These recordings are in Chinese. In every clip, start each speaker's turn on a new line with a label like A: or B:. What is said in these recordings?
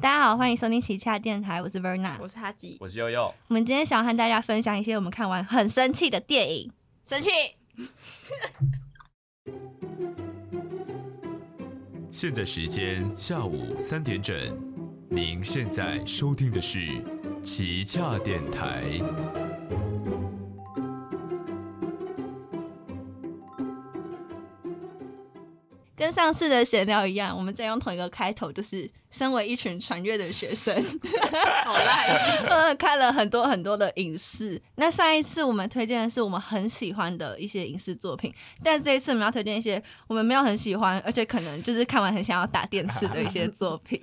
A: 大家好，欢迎收听喜洽电台，我是 Verna。
B: 我是哈吉，
C: 我是悠悠，
A: 我们今天想要和大家分享一些我们看完很生气的电影。
B: 生气。
D: 现在时间下午三点整，您现在收听的是奇恰电台。
A: 跟上次的闲聊一样，我们再用同一个开头，就是身为一群传阅的学生，
B: 好赖。
A: 呃，看了很多很多的影视。那上一次我们推荐的是我们很喜欢的一些影视作品，但这一次我们要推荐一些我们没有很喜欢，而且可能就是看完很想要打电视的一些作品。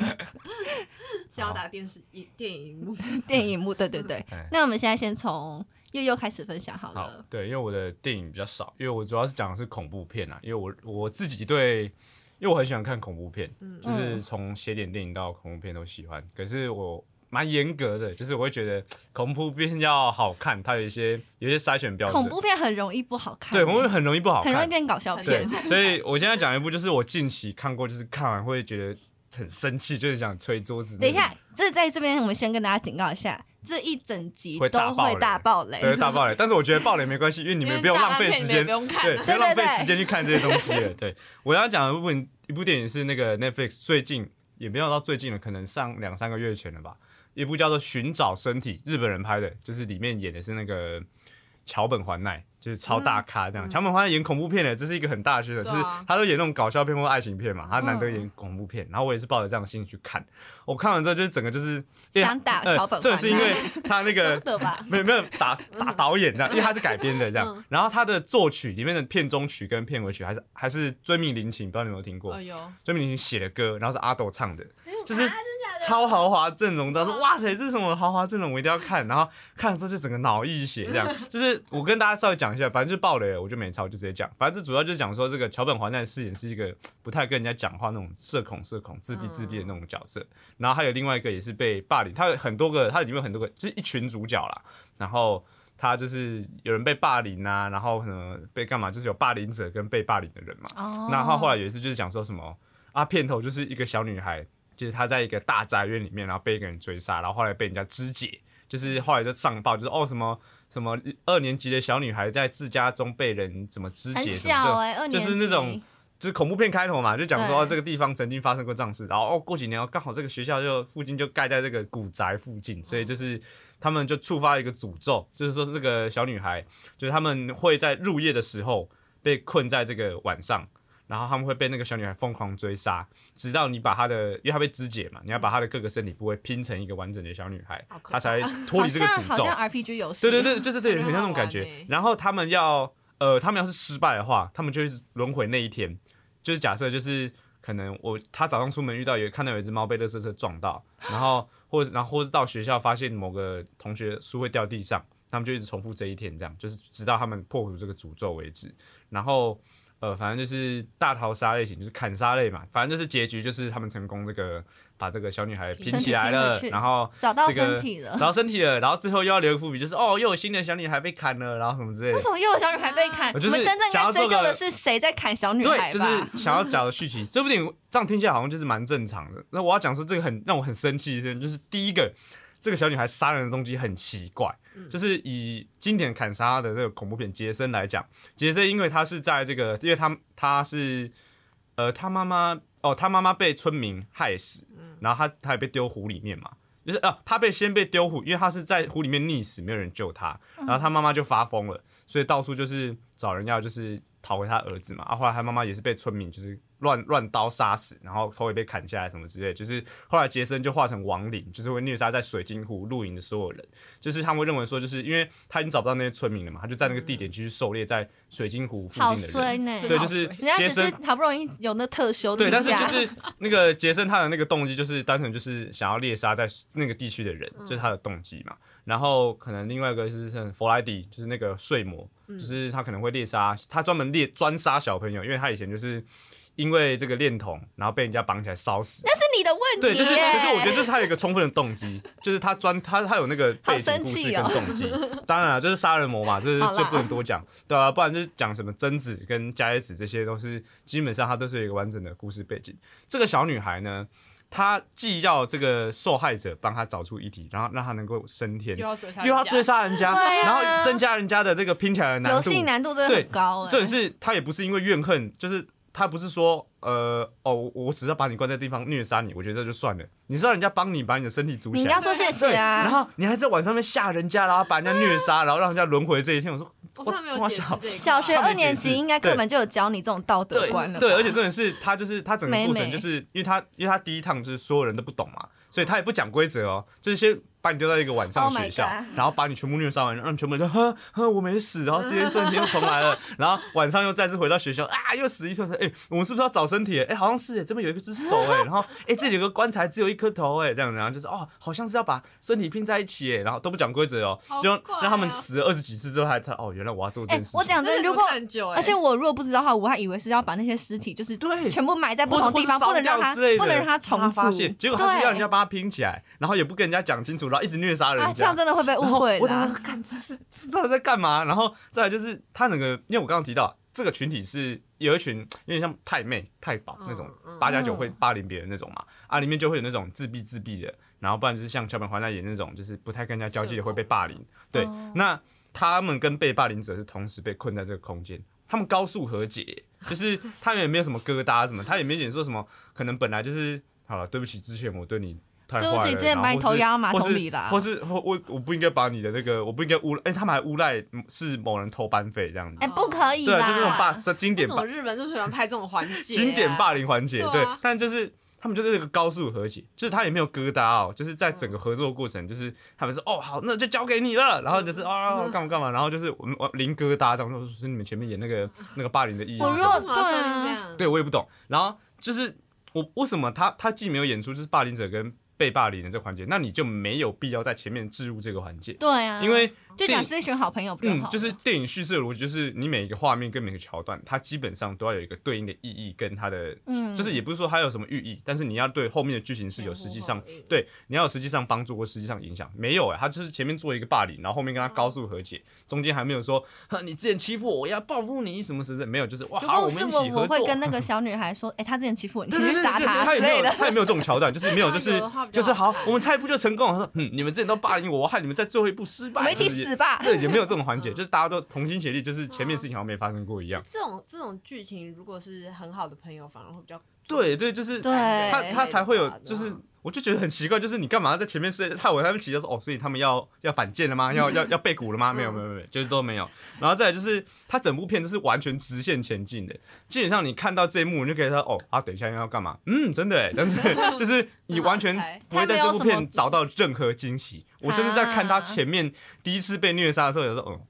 B: 是要打电视一电影荧幕，
A: 电影幕，对对对
C: 哎。
A: 那我们现在先从悠悠开始分享好
C: 好
A: 了。，
C: 对，因为我的电影比较少，因为我主要是讲的是恐怖片啊，因为我我自己对，因为我很喜欢看恐怖片，
A: 嗯
C: 就是从邪典电影到恐怖片都喜欢，可是我蛮严格的，就是我会觉得恐怖片要好看，它有一些有一些筛选标准，
A: 恐怖片很容易不好看，
C: 对，恐怖片很容易不好看，
A: 很容易变搞笑片
C: 对
B: 很。好，
C: 所以我现在讲一部，就是我近期看过，就是看完会觉得很生气，就是想捶桌子。
A: 等一下，，这在这边我们先跟大家警告一下，这一整集
C: 会大
A: 都会大爆雷。
C: 对，大爆雷。但是我觉得爆雷没关系，因为你
B: 因
C: 们
B: 为
C: 不用
B: 大
C: 浪
B: 烂
C: 费
B: 片
C: 时
B: 你们也
C: 间，
B: 不用看
C: 对，
B: 啊
C: 不用浪
A: 对
C: 费
A: 对对
C: 时间去看这些东西了。 对，我要讲的部分一部电影是那个 Netflix 最近也没有到最近了，可能上两三个月前了吧，一部叫做《寻找身体》，日本人拍的，就是里面演的是那个桥本环奈，就是超大咖这
A: 嗯
C: 样。桥、本环奈演恐怖片的，这是一个很大的
B: 对
C: 噱头，就
B: 啊
C: 是他都演那种搞笑片或爱情片嘛，他难得演恐怖片，然后我也是抱着这样的心情去看。我看完之后就是整个就是哎呃
A: 想打桥本环奈
C: 这是因为他 那
B: 舍
C: 个
B: 不得吧？
C: 没有没有打打导演这样，因为他是改编的这样。然后他的作曲里面的片中曲跟片尾曲还是还是追命林琴，不知道你有没有听过
B: 哎？呦，
C: 追命林琴写的歌，然后是阿斗唱的，就是
B: 啊真假的哦
C: 超豪华阵容，知道说哇塞，这是什么豪华阵容，我一定要看。然后看了之后就整个脑溢血 这样。就是我跟大家稍微讲一下，反正就爆雷了，我就没抄，就直接讲。反正这主要就是讲说这个桥本环奈饰演是一个不太跟人家讲话那种社恐、社恐、自闭、自闭的那种角色。然后还有另外一个也是被霸凌，他有很多个，他里面有很多个，就是一群主角啦。然后。他就是有人被霸凌啊，然后可能被干嘛，就是有霸凌者跟被霸凌的人嘛。
A: 哦
C: 那他后来有一次就是讲说什么啊，片头就是一个小女孩，就是她在一个大宅院里面，然后被一个人追杀，然后后来被人家肢解，就是后来就上报，就是哦什么什么二年级的小女孩在自家中被人怎么肢
A: 很
C: 解，什么
A: 小
C: 这
A: 哎，二年级
C: 就是那种就是恐怖片开头嘛，就讲
A: 对
C: 说、哦这个地方曾经发生过这样事，然后哦过几年哦刚好这个学校就附近就盖在这个古宅附近，所以就是他们就触发一个诅咒，就是说这个小女孩，就是他们会在入夜的时候被困在这个晚上。然后他们会被那个小女孩疯狂追杀，直到你把她的，因为她被肢解嘛，你要把她的各个身体部位拼成一个完整的小女孩
B: 好，可怕
C: 她才脱
A: 好
C: 离这个
A: 像
C: 诅
A: 好
C: 咒。
A: 像 RPG 游戏，
C: 对对对，就是对，
B: 很
C: 很像那种
B: 好
C: 感
B: 玩
C: 觉
B: 欸。
C: 然后他们要，呃，他们要是失败的话，他们就一直轮回那一天。就是假设就是可能我他早上出门遇到有看到有一只猫被垃圾车撞 到，然后或者然后或是到学校发现某个同学书会掉地上，他们就一直重复这一天，这样就是直到他们破除这个诅咒为止。然后呃，反正就是大逃杀类型，就是砍杀类嘛，反正就是结局就是他们成功这个把这个小女孩拼
A: 身体
C: 起来
A: 拼回
C: 了，
A: 去
C: 然后
A: 找到
C: 这个
A: 身体了
C: 找到身体了，然后最后又要留个伏笔，就是哦，又有新的小女孩被砍了，然后什么之类的
A: 为什。么又有小女孩被砍？
C: 我就是
A: 我们真正
C: 想
A: 该
C: 要
A: 追
C: 做个
A: 究的是谁在砍小女
C: 对，
A: 孩吧？
C: 就是想要讲的续集。这部电影这样听起来好像就是蛮正常的。那我要讲说这个很让我很生气的，就是第一个，这个小女孩杀人的动机很奇怪。
A: 嗯
C: 就是以经典砍杀的这个恐怖片《杰森》来讲，杰森因为他是在这个，因为他他是呃他妈妈哦他妈妈被村民害死，然后他他也被丢湖里面嘛。就是啊，他被先被丢湖，因为他是在湖里面溺死，没有人救他，
A: 嗯
C: 然后他妈妈就发疯了，所以到处就是找人要就是讨回他儿子嘛。啊，后来他妈妈也是被村民就是乱乱刀杀死，然后头也被砍下来什么之类的。就是后来杰森就化成亡灵，就是会虐杀在水晶湖露营的所有人。就是他们会认为说，就是因为他已经找不到那些村民了嘛，他就在那个地点继续狩猎在水晶湖附
A: 嗯好
C: 近的
A: 衰
C: 人。
A: 呢。
C: 对，就是
A: 人家
C: 杰
A: 只
C: 森
A: 是好不容易有那特休
C: 对，但是
A: 假
C: 就是那个杰森他的那个动机就是单纯就是想要猎杀在那个地区的人，这、是他的动机嘛。然后可能另外一个是像弗莱迪，就是那个睡魔，就是他可能会猎杀，他专门猎专杀小朋友，因为他以前就是因为这个恋童，然后被人家绑起来烧死。
A: 那是你的问题
C: 对，
A: 耶。
C: 就是，可是我觉得这是他有一个充分的动机，就是他专他他有那个背景故事跟
A: 好哦
C: 动机。当然了，啊这是杀人魔嘛，这是
A: 好啦
C: 最不能多讲，对啊，不然就是讲什么贞子跟伽椰子这些都是基本上他都是有一个完整的故事背景。这个小女孩呢，他既要这个受害者帮他找出遗体，然后让他能够升天，
B: 又要追杀，
C: 又要追，杀人家，
A: 对啊
C: 然后增加人家的这个拼起来的难
A: 游
C: 度。
A: 戏难度真的
C: 对
A: 很高、欸，
C: 这也是他也不是因为怨恨，就是他不是说呃哦，我我只是要把你关在地方虐杀你，我觉得这就算了。你是让人家帮你把你的身体组
A: 你
C: 起
A: 一定
C: 来
A: 要，说谢谢
C: 对，
A: 啊。
C: 然后你还在晚上面吓人家，然后把人家虐杀，然后让人家轮回这一天。我说
B: 我是他没有解释这个，啊
A: 小学
C: 他没
A: 二年级
C: 解释
A: 应该课本就有教你这种道德观了吧，
C: 对，而且重点是他就是他整个过
A: 美
C: 程
A: 美
C: 就是因为他因为他第一趟就是所有人都不懂嘛，所以他也不讲规则哦，就是先把你丢到一个晚上
A: Oh my
C: 学校
A: God
C: 然后把你全部虐杀完，让你全部人说呵呵我没死，然后今天这一天又重来了，然后晚上又再次回到学校啊又死一坨，说哎、我们是不是要找身体？哎、好像是哎这边有一只手 哎，然后哎、这里有个棺材只有一颗头哎这样，然后就是哦好像是要把身体拼在一起哎，然后都不讲规则哦，
B: 好
C: 就
B: 怪哦
C: 让他们死了二十几次之后还才哦原来我要做这
A: 哎、
C: 件事情。
A: 我讲
B: 那
A: 真的，
B: 个
A: 如果
B: 很久欸，
A: 而且我如果不知道的话，我还以为是要把那些尸体就是
C: 对
A: 全部埋在不同地方，
C: 或
A: 不
C: 者
A: 能让
C: 或者
A: 它
C: 烧掉之类的
A: 不能让它重组。
C: 发现，结果他是要人家
A: 对
C: 帮他拼起来，然后也不跟人家讲清楚，然后一直虐杀人
A: 啊，这
C: 家。
A: 样真的会被
C: 然后
A: 误会
C: 我想说，
A: 啦。
C: 看这是这到底在干嘛？然后再来就是他整个，因为我刚刚提到这个群体是有一群有点像太妹、太保那种
B: 嗯嗯
C: 八加九会霸凌别人那种嘛，啊，里面就会有那种自闭自闭的，然后不然就是像小本环奈演那种，就是不太跟人家交际的
B: 社恐
C: 会被霸凌。对
A: 哦，
C: 那他们跟被霸凌者是同时被困在这个空间，他们高速和解， 就是他们也没有什么疙瘩什么，他也没演说什么，可能本来就是好了，对不起，之前我对你。太坏了
A: 对不起之前把你头压到马桶里啦
C: 然后或是或是或我我不应该把你的那个，我不应该诬赖，哎、他们还诬赖是某人偷班费这样子，
A: 哎、不可以
C: 对啊，
A: 啦！
C: 就这种霸，这经
B: 为
C: 典
B: 什
C: 霸
B: 么日本就喜欢拍这种环节啊，
C: 经典霸凌环节，
B: 对啊
C: 对，但就是他们就是这个高速和解，就是他也没有疙瘩哦，就是在整个合作过程，就是他们说哦好，那就交给你
A: 嗯
C: 了，然后就是啊干嘛干嘛，然后就是我们我零疙瘩这样，就是你们前面演那个那个霸凌的意义是
A: 我
C: 什
A: 如
C: 么
A: 果
B: 为什么要设定这样？
C: 对我也不懂。然后就是我为什么他他既没有演出就是霸凌者跟被霸凌的这个环节，那你就没有必要在前面置入这个环节，
A: 对啊，
C: 因为
A: 就
C: 电
A: 讲
C: 影
A: 是一群好朋友不就好
C: 嗯
A: 了、，
C: 就是电影叙事的逻辑，就是你每一个画面跟每个桥段，它基本上都要有一个对应的意义跟它的，
A: 嗯
C: 就是也不是说它有什么寓意，但是你要对后面的剧情是有实际上
B: 前后呼应
C: 对你要有实际上帮助或实际上影响，没有哎、他就是前面做一个霸凌，然后后面跟他高速和解，中间还没有说呵你之前欺负我，我要报复你什么什么，没有，就是哇，
A: 如
C: 好，
A: 果
C: 我
A: 是
C: 们一
A: 我
C: 起，合
A: 我
C: 作
A: 会。跟那个小女孩说，哎、她之前欺负我，你
C: 对
A: 先
C: 对
A: 去
C: 对
A: 打
C: 对
A: 她
C: 他
A: 之
C: 也没
A: 类
C: 有
A: 的。
C: 他也没有这种桥段，就 是没有，就
B: 有
C: 是
B: 的话比较
C: 就是
B: 好
C: 好，我们差一步就成功了。说嗯，你们之前都霸凌我，我害你们在最后一步失败，
A: 我们一起
C: 就是也
A: 死吧
C: 对，也没有这种环节，就是大家都同心协力，就是前面事情好像没发生过一样。
B: 这种这种剧情，如果是很好的朋友，反而会比较
C: 对对，就是
A: 对
C: 他他才会有
B: 对，啊
C: 就是我就觉得很奇怪，就是你干嘛在前面是害我他们起的时候，哦，所以他们要要反间了吗？要要要背骨了吗？没有没有没有，就是都没有。然后再来就是他整部片都是完全直线前进的，基本上你看到这一幕，你就可以说哦啊，等一下要干嘛？嗯，真的哎，但是 就是你完全不会在这部
A: 他没有什
C: 片
A: 么啊
C: 找到任何惊喜。我甚至在看他前面第一次被虐杀的时候，有时候嗯。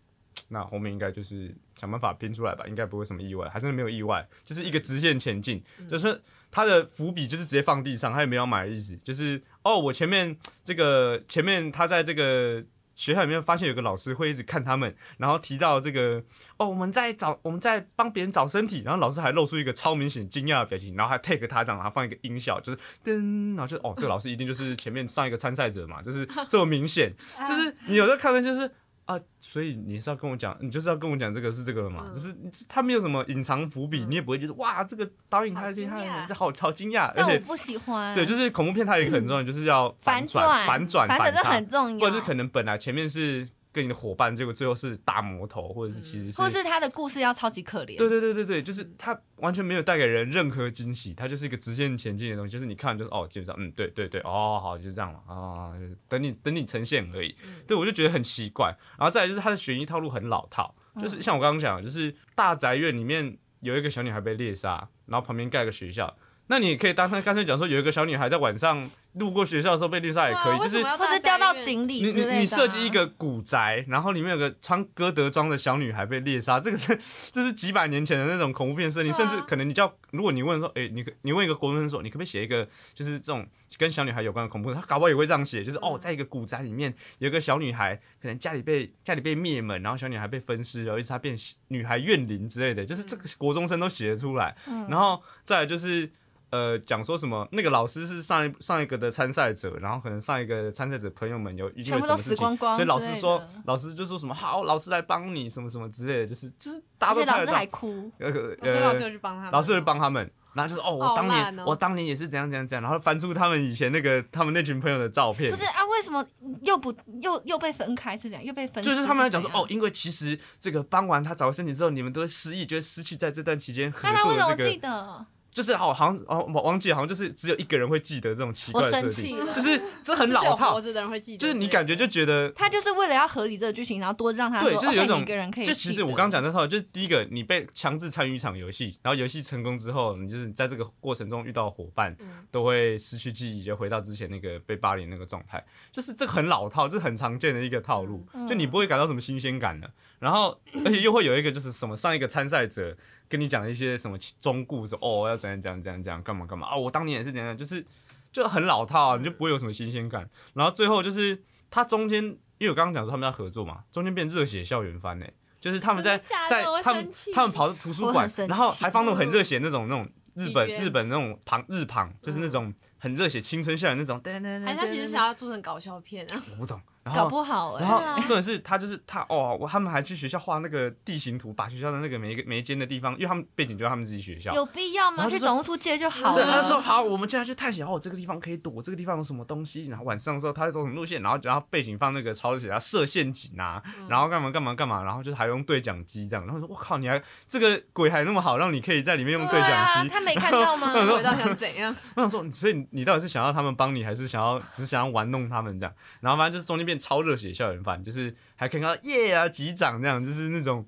C: 那后面应该就是想办法拼出来吧，应该不会什么意外，还真的没有意外，就是一个直线前进，
A: 嗯
C: 就是他的伏笔就是直接放地上，他也没有要买的意思，就是哦，我前面这个前面他在这个。学校里面发现有个老师会一直看他们，然后提到这个哦，我们在找我们在帮别人找身体，然后老师还露出一个超明显惊讶的表情，然后还 take 他这样，然后放一个音效，就是噔，然后就哦，这个老师一定就是前面上一个参赛者嘛，就是这么明显，就是你有时候看的就是啊，所以你是要跟我讲，你就是要跟我讲这个是这个了嘛？
B: 嗯
C: 就是他没有什么隐藏伏笔，
B: 嗯
C: 你也不会觉得哇，这个导演太厉害
B: 好
C: 了，
B: 惊讶
C: 这好超惊讶，
A: 但
C: 而
A: 我
C: 且
A: 不喜欢。
C: 对，就是恐怖片它有一个很重要，就是要
A: 反
C: 转、反
A: 反
C: 转、
A: 转这
C: 差
A: 很重要。
C: 或者是可能本来前面是跟你的伙伴，结果最后是大魔头，或者是其实
A: 或是他的故事要超级可怜。
C: 对对对对对，就是它完全没有带给人任何惊喜，它就是一个直线前进的东西，就是你看就是哦，基本上嗯，对对对，哦，好，就是这样嘛，啊、就是等你等你呈现而已。对，我就觉得很奇怪。然后再来就是它的悬疑套路很老套，就是像我刚刚讲的，就是大宅院里面有一个小女孩被猎杀，然后旁边盖个学校。那你也可以当他干脆讲说，有一个小女孩在晚上路过学校的时候被猎杀也可
B: 对啊
C: 以，就
B: 为什
C: 是
B: 么要
A: 或
B: 大
A: 是掉
B: 宅
A: 到
B: 院
A: 井里
C: 你
A: 之类的啊、
C: 你你设计一个古宅，然后里面有个穿歌德装的小女孩被猎杀，这个 是这是几百年前的那种恐怖片设定，
B: 对
C: 甚
B: 啊
C: 至可能你叫，如果你问说，诶，你可你问一个国中生说，你可不可以写一个就是这种跟小女孩有关的恐怖，他搞不好也会这样写，就是哦，
A: 嗯
C: 在一个古宅里面有一个小女孩，可能家里被家里被灭门，然后小女孩被分尸，然后一直她变女孩怨灵之类的，
A: 嗯
C: 就是这个国中生都写得出来，然后再来就是。呃，讲说什么？那个老师是上一上一个的参赛者，然后可能上一个的参赛者朋友们有遇见
A: 全部
C: 了什么
A: 都死
C: 事情
A: 光光
C: 所以老
A: 之
C: 师
A: 类
C: 说
A: 的，
C: 老师就说什么好，老师来帮你什么什么之类的，就是就是大
A: 而
C: 家都
A: 且
C: 猜
A: 老
C: 得
A: 师
C: 到
A: 还。哭，
C: 呃
B: 所以老师有去帮他们吗，
C: 老师会帮他们，然后就说哦，我
B: 好
C: 当年
B: 烂哦
C: 我当年也是怎样怎样怎样，然后翻出他们以前那个他们那群朋友的照片
A: 不，是啊？为什么又不又又被分开是怎样？又被分
C: 就是
A: 尸
C: 他们要
A: 是
C: 讲
A: 怎
C: 说
A: 样
C: 哦，，因为其实这个搬完他找回身体之后，你们都会失忆，就会失去在这段期间合
A: 那他
C: 作
A: 为什
C: 的
A: 么
C: 这个
A: 记，得？
C: 就是好好像哦，我忘记了好像就是只有一个人会记得这种奇
A: 我
C: 怪的
A: 生
C: 设
A: 气
C: 定，
A: 了。
C: 就是 这很
B: 只有
C: 老套
B: 活，着的人会记得，
C: 就是你感觉就觉得
A: 他就是为了要合理这个剧情，然后多让他
C: 对，
A: 说
C: 就是有一
A: OK，
C: 种
A: 你一个人可以记
C: 就
A: 得。
C: 其实我刚刚讲这套，就是第一个，你被强制参与一场游戏，然后游戏成功之后，你就是在这个过程中遇到伙伴，
B: 嗯
C: 都会失去记忆，就回到之前那个被霸凌那个状态。就是这个很老套，这是很常见的一个套路，
A: 嗯
C: 就你不会感到什么新鲜感的。然后，而且又会有一个就是什么上一个参赛者跟你讲一些什么忠告，说哦要怎样怎样怎样怎样干嘛干嘛啊、我当年也是怎样，就是就很老套、啊，
B: 嗯
C: 你就不会有什么新鲜感。然后最后就是它中间，因为我刚刚讲说他们要合作嘛，中间变热血校园番呢、欸就是他们在
B: 真的假的
C: 在
B: 我会
C: 他们
B: 生气
C: 他们跑到图书
A: 我
C: 馆
A: 很生，气
C: 然后还放那种很热血那种那种日本
B: 几圈
C: 日本那种旁日旁，就是那种很热血青春校园那种。噔噔噔
B: 还是他其实
C: 噔
B: 想要做成搞笑片 啊，
C: 噔我不懂，然
A: 搞
C: 后
A: 不好哎、
C: 然后重点是他就是他哦，我他们还去学校画那个地形图，把学校的那个每一个每一间的地方，因为他们背景就是他们自己学校。
A: 有必要
C: 然
A: 吗？
C: 后就
A: 去
C: 说
A: 总务处借就好啊
C: 对，他
A: 了。
C: 说好，我们现在去探险。哦，这个地方可以躲，这个地方有什么东西？然后晚上的时候，他会走什么路线？然后然后背景放那个超写啊，设陷阱啊，
A: 嗯
C: 然后干嘛干嘛干嘛，然后就是还用对讲机这样。然后我说我靠，你还这个鬼还那么好，让你可以在里面用对
A: 对
C: 讲
A: 啊，
C: 机。
A: 他没看到吗？
B: 回到想怎 样？
C: 我想说，你所以你到底是想要他们帮你，还是想要只是想要玩弄他们这样？然后反正就是中间变超热血校园番，就是还可以看到耶啊击掌这样，就是那种。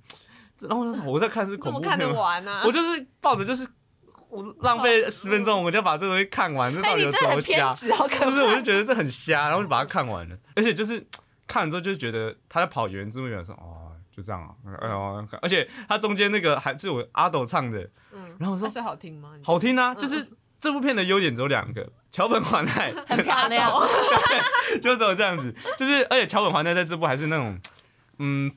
C: 然后我就说我在看是
B: 怎
C: 恐
B: 么
C: 怖
B: 看
C: 片
B: 得
C: 吗？
B: 完啊？
C: 我就是抱着就是我浪费十分钟，我就把这东西看完，这
A: 那
C: 到底
A: 哎你
C: 有
A: 真
C: 多
A: 的很
C: 瞎
A: 偏？执，好可
C: 就
A: 怕。
C: 是我就觉得这很瞎，然后就把它看完了，而且就是看完之后就觉得他在跑原之墓园的时候，哦，就这样啊，哎呦，而且他中间那个还是我阿斗唱的，
B: 嗯，
C: 然后我说
B: 那是好听吗？你
C: 好听啊，就是这部片的优点只有两个，桥本环奈
A: 很漂亮，
C: 啊 就只有这样子，就是而且桥本环奈在这部还是那种，嗯，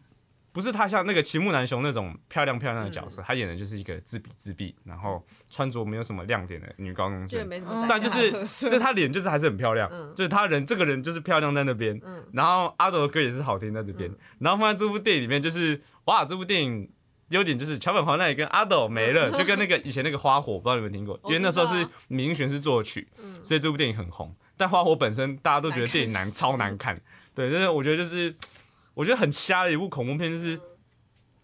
C: 不是他像那个齐木楠雄那种漂亮漂亮的角色，他演的就是一个自闭自闭，然后穿着没有什么亮点的女高中
B: 就也
C: 生，
B: 没什么
A: 嗯
B: 闪
C: 但就
B: 亮的特
C: 是
B: 色，
C: 就是他脸就是还是很漂亮，
B: 嗯
C: 就是他人这个人就是漂亮在那边，
B: 嗯
C: 然后阿斗的歌也是好听在这边，
B: 嗯
C: 然后放在这部电影里面，就是哇，这部电影优点就是桥本环奈跟阿斗没了，就跟那个以前那个花火，不知道你们听过，因
B: 嗯 我知道啊
C: 为那时候是米津玄师作曲，
B: 嗯
C: 所以这部电影很红。但花火本身大家都觉得电影 难，
B: 难
C: 超难看。对，就是我觉得就是我觉得很瞎的一部恐怖片，
B: 嗯
C: 就是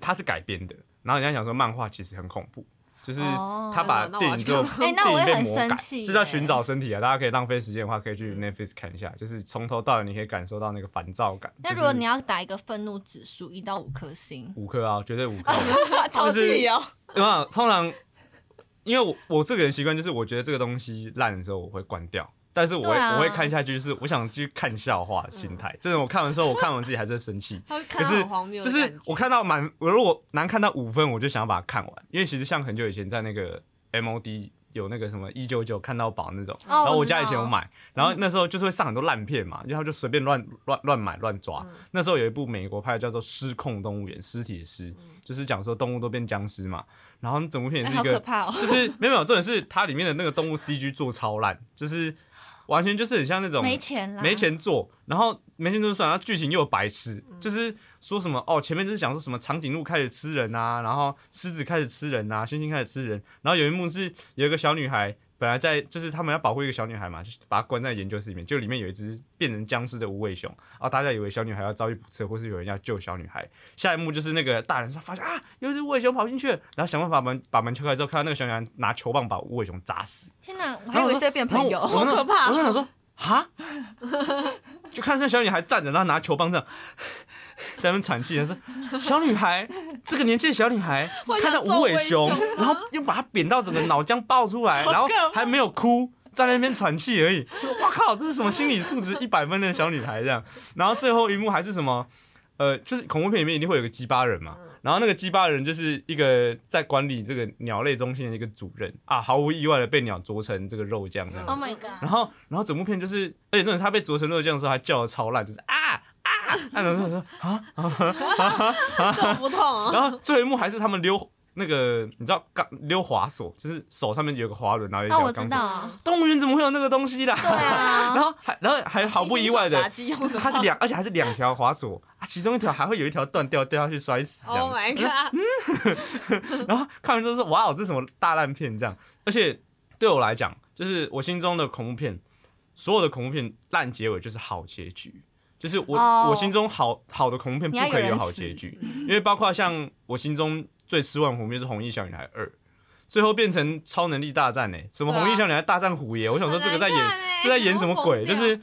C: 它是改编的，然后人家讲说漫画其实很恐怖。就是
A: 哦
C: 他把
B: 那我
C: 电影
B: 去
C: 之后，
A: 哎
C: 电
A: 那我
C: 影
A: 也
C: 被
A: 很
C: 魔
A: 生
C: 改，
A: 气
C: 就叫
A: 耶
C: 寻找身体啊！大家可以浪费时间的话，可以去 Netflix 看一下，就是从头到尾你可以感受到那个烦躁感。
A: 那如果你要打一个愤怒指数，一到五颗星，
C: 五颗啊，绝对五颗。
B: 好气哦，。
C: 因为通常，因为我我这个人习惯就是，我觉得这个东西烂的时候我会关掉，但是我会、
A: 对啊嗯
C: 我会看下去，就是我想去看笑话的心态。这种我看完之后，我看完自己还是会生气
B: 他会看
C: 可
B: 到
C: 是
B: 很荒谬
C: 就
B: 的
C: 是
B: 感觉。
C: 我看到满，我如果难看到五分，我就想要把它看完。因为其实像很久以前在那个 MOD 有那个什么一九九看到宝那种，
A: 哦
C: 然后我
A: 知道嗯
C: 家以前有买，然后那时候就是会上很多烂片嘛，然后就随便乱乱乱买乱抓。
A: 嗯
C: 那时候有一部美国拍的叫做《失控动物园》，尸体的
A: 嗯
C: 尸，就是讲说动物都变僵尸嘛。然后整部片也
A: 哎
C: 是一
A: 好可
C: 个，
A: 怕哦！
C: 就是没有没有，重点是它里面的那个动物 CG 做超烂，就是完全就是很像那种
A: 没钱啦，
C: 没。钱做，然后没钱做就算，然后剧情又有白痴，就是说什么哦，前面就是讲说什么长颈鹿开始吃人啊，然后狮子开始吃人啊，猩猩开始吃人，然后有一幕是有一个小女孩，本来在就是他们要保护一个小女孩嘛，就是把她关在研究室里面，就里面有一只变成僵尸的无尾熊，然后大家以为小女孩要遭遇捕车，或是有人要救小女孩，下一幕就是那个大人说发现啊，有一只无尾熊跑进去了，然后想办法把门把门敲开之后，看到那个小女孩拿球棒把无尾熊砸死，
A: 天哪，我还以为是会变朋友
C: 然后。我
B: 好可怕
C: 我就想说，哈， 就看那小女孩站着，然后拿球棒这样。 在那边喘气，她说：“小女孩，这个年纪的小女孩
B: 我想
C: 看到无尾熊
B: 揍无尾，
C: 然后又把它扁到整个脑浆爆 出来，然后还没有哭，在那边喘气而已。我靠，这是什么心理素质一百分的小女孩这样？然后最后一幕还是什么？呃，就是恐怖片里面一定会有个鸡巴人
B: 嗯
C: 嘛，然后那个鸡巴人就是一个在管理这个鸟类中心的一个主任啊，毫无意外的被鸟啄成这个肉酱这样。
A: Oh my god！
C: 然后，然后整部片就是，而且重点是他被啄成肉酱的时候还叫的超烂，就是啊啊，啊然后说
B: 这种不痛哦，
C: 啊
B: 啊
C: 然后最后一幕还是他们溜那个你知道钢溜滑索，就是手上面有个滑轮，然后有一
A: 哦，
C: 条
A: 我知
C: 钢索。
A: 道，
C: 动物园怎么会 有那个东西啦？
A: 对啊
C: 然后还然后还 毫不意外
B: 打
C: 的，
B: 击用的
C: 它是两，而且还是两条滑索啊，其中一条还会有一条断掉掉下去摔死这样
B: Oh。my god！
C: 然后看完之后说：“哇哦，这是什么大烂片这样？”而且对我来讲，就是我心中的恐怖片，所有的恐怖片烂结尾就是好结局，就是我、
A: 哦
C: 我心中好好的恐怖片
A: 你要
C: 不可以
A: 有人
C: 有好
A: 死
C: 结局，因为包括像我心中最失望的恐怖片是《红衣小女孩二》。最后变成超能力大战呢、欸什么
B: 对啊
C: 红衣小女孩大战虎爷？ 我想说这个在演
B: 很难看欸
C: 这在演什么鬼？
B: 我疯掉
C: 就是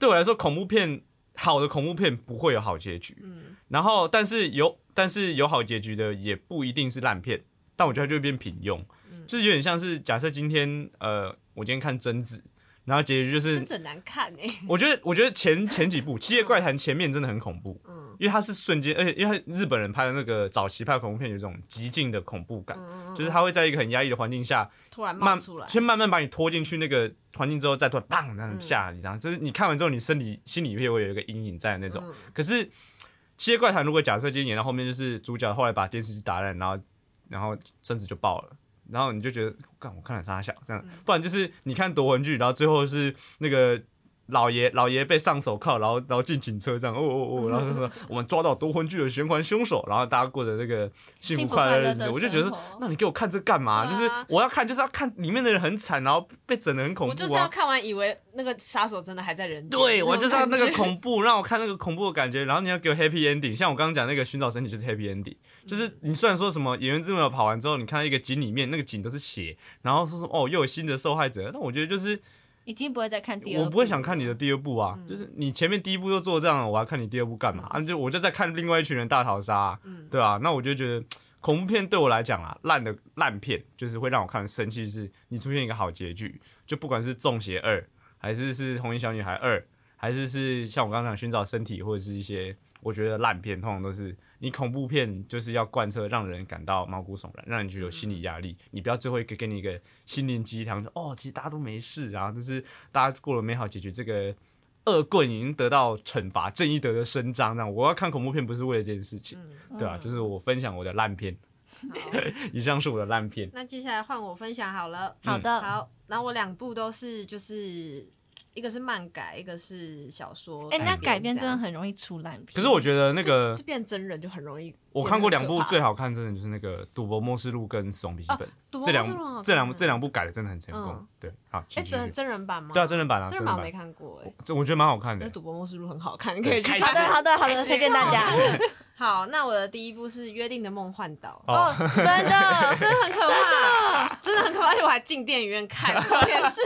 C: 对我来说，恐怖片好的恐怖片不会有好结局。
B: 嗯，
C: 然后，但是有但是有好结局的也不一定是烂片，但我觉得它就会变平庸，
B: 嗯
C: 就是有点像是假设今天呃，我今天看贞子，然后结局就
B: 真
C: 是
B: 的，很难看哎。
C: 我觉得我觉得前前几部《七夜怪谈》前面真的很恐怖，
B: 嗯
C: 因为它是瞬间，而且因为它日本人拍的那个早期拍的恐怖片有一种极尽的恐怖感，
B: 嗯，
C: 就是他会在一个很压抑的环境下
B: 突然冒
C: 慢
B: 出来，
C: 先慢慢把你拖进去那个环境之后，再突然砰那样吓
B: 嗯
C: 你，这样、就是你看完之后，你身体心里会有一个阴影在的那种。
B: 嗯
C: 可是《七夜怪谈》如果假设今天演到后面，就是主角后来把电视机打烂，然后然后身子就爆了。然后你就觉得，干我看了啥小这
B: 嗯
C: 样，不然就是你看夺魂剧，然后最后是那个老爷老爷被上手铐，然后然后进警车这样，哦哦 哦，然后说我们抓到夺魂剧的循环凶手，然后大家过着那个幸福
A: 幸福
C: 快乐的
A: 快乐
C: 日子，
A: 的
C: 我就觉得
A: 生活
C: 那你给我看这干嘛？
B: 对
C: 就
B: 啊
C: 是我要看，就是要看里面的人很惨，然后被整的很恐
B: 我就是
C: 怖
B: 要
C: 啊。
B: 看完以为那个杀手真的还在人间。
C: 对，我就是要那
B: 种
C: 个
B: 感觉
C: 恐怖，让我看那个恐怖的感觉，然后你要给我 happy ending。像我刚刚讲那个寻找身体就是 happy ending，就是你虽然说什么演员之门跑完之后，你看到一个井里面那个井都是血，然后说什么哦又有新的受害者，但我觉得就是
A: 已经不会再看第二，嗯
C: 我不会想看你的，第二部啊，就是你前面第一部都做这样了，我还看你第二部干嘛？啊，就我就在看另外一群人大逃杀啊、
B: 嗯
C: 对啊，那我就觉得恐怖片对我来讲啊，烂的烂片就是会让我看得生气，是你出现一个好结局，就不管是《中邪二》，还是是《红衣小女孩二》，还是是像我刚刚讲寻找身体，或者是一些我觉得烂片，通常都是你恐怖片就是要贯彻让人感到毛骨悚然，让人就有心理压力，你不要最后一个给你一个心灵鸡汤，说哦，其实大家都没事，然后就是大家过了美好结局，这个。恶棍已经得到惩罚，正义得到伸张。这样，我要看恐怖片不是为了这件事情。
B: 嗯
C: 对啊，就是我分享我的烂片，
B: 好
C: 以上是我的烂片。
B: 那接下来换我分享好了。
C: 嗯
A: 好的，
B: 好，然后我两部都是就是一个是漫改，一个是小说。
A: 哎，那改编
B: 编这
A: 真的
B: 样
A: 很容易出烂片。
C: 可是我觉得那
B: 那
C: 个
B: 这变真人就很容易。
C: 我看过两部最
B: 好，
C: 好看，真的就是那个《赌博默示录》跟《死亡笔记本》
B: 赌
C: 这
B: 博是很好
C: 两
B: 看
C: 这两这两部改的真的很成功
B: 嗯。
C: 对，好，
B: 哎
C: 请继
B: 真
C: 续。
B: 真人版吗？
C: 对啊，真人版啊，
B: 真人
C: 版
B: 版我没看过哎。
C: 这我觉得蛮好看
B: 那《
C: 的。
B: 赌博默示录》很好看，可以去
C: 开
A: 好
B: 看。
A: 的，好的，好的，推荐大家。
B: 好，那我的第一部是《约定的梦幻岛》，
A: 哦，真的，
B: 真的很可怕，真的很可怕，而且我还进电影院看，重点是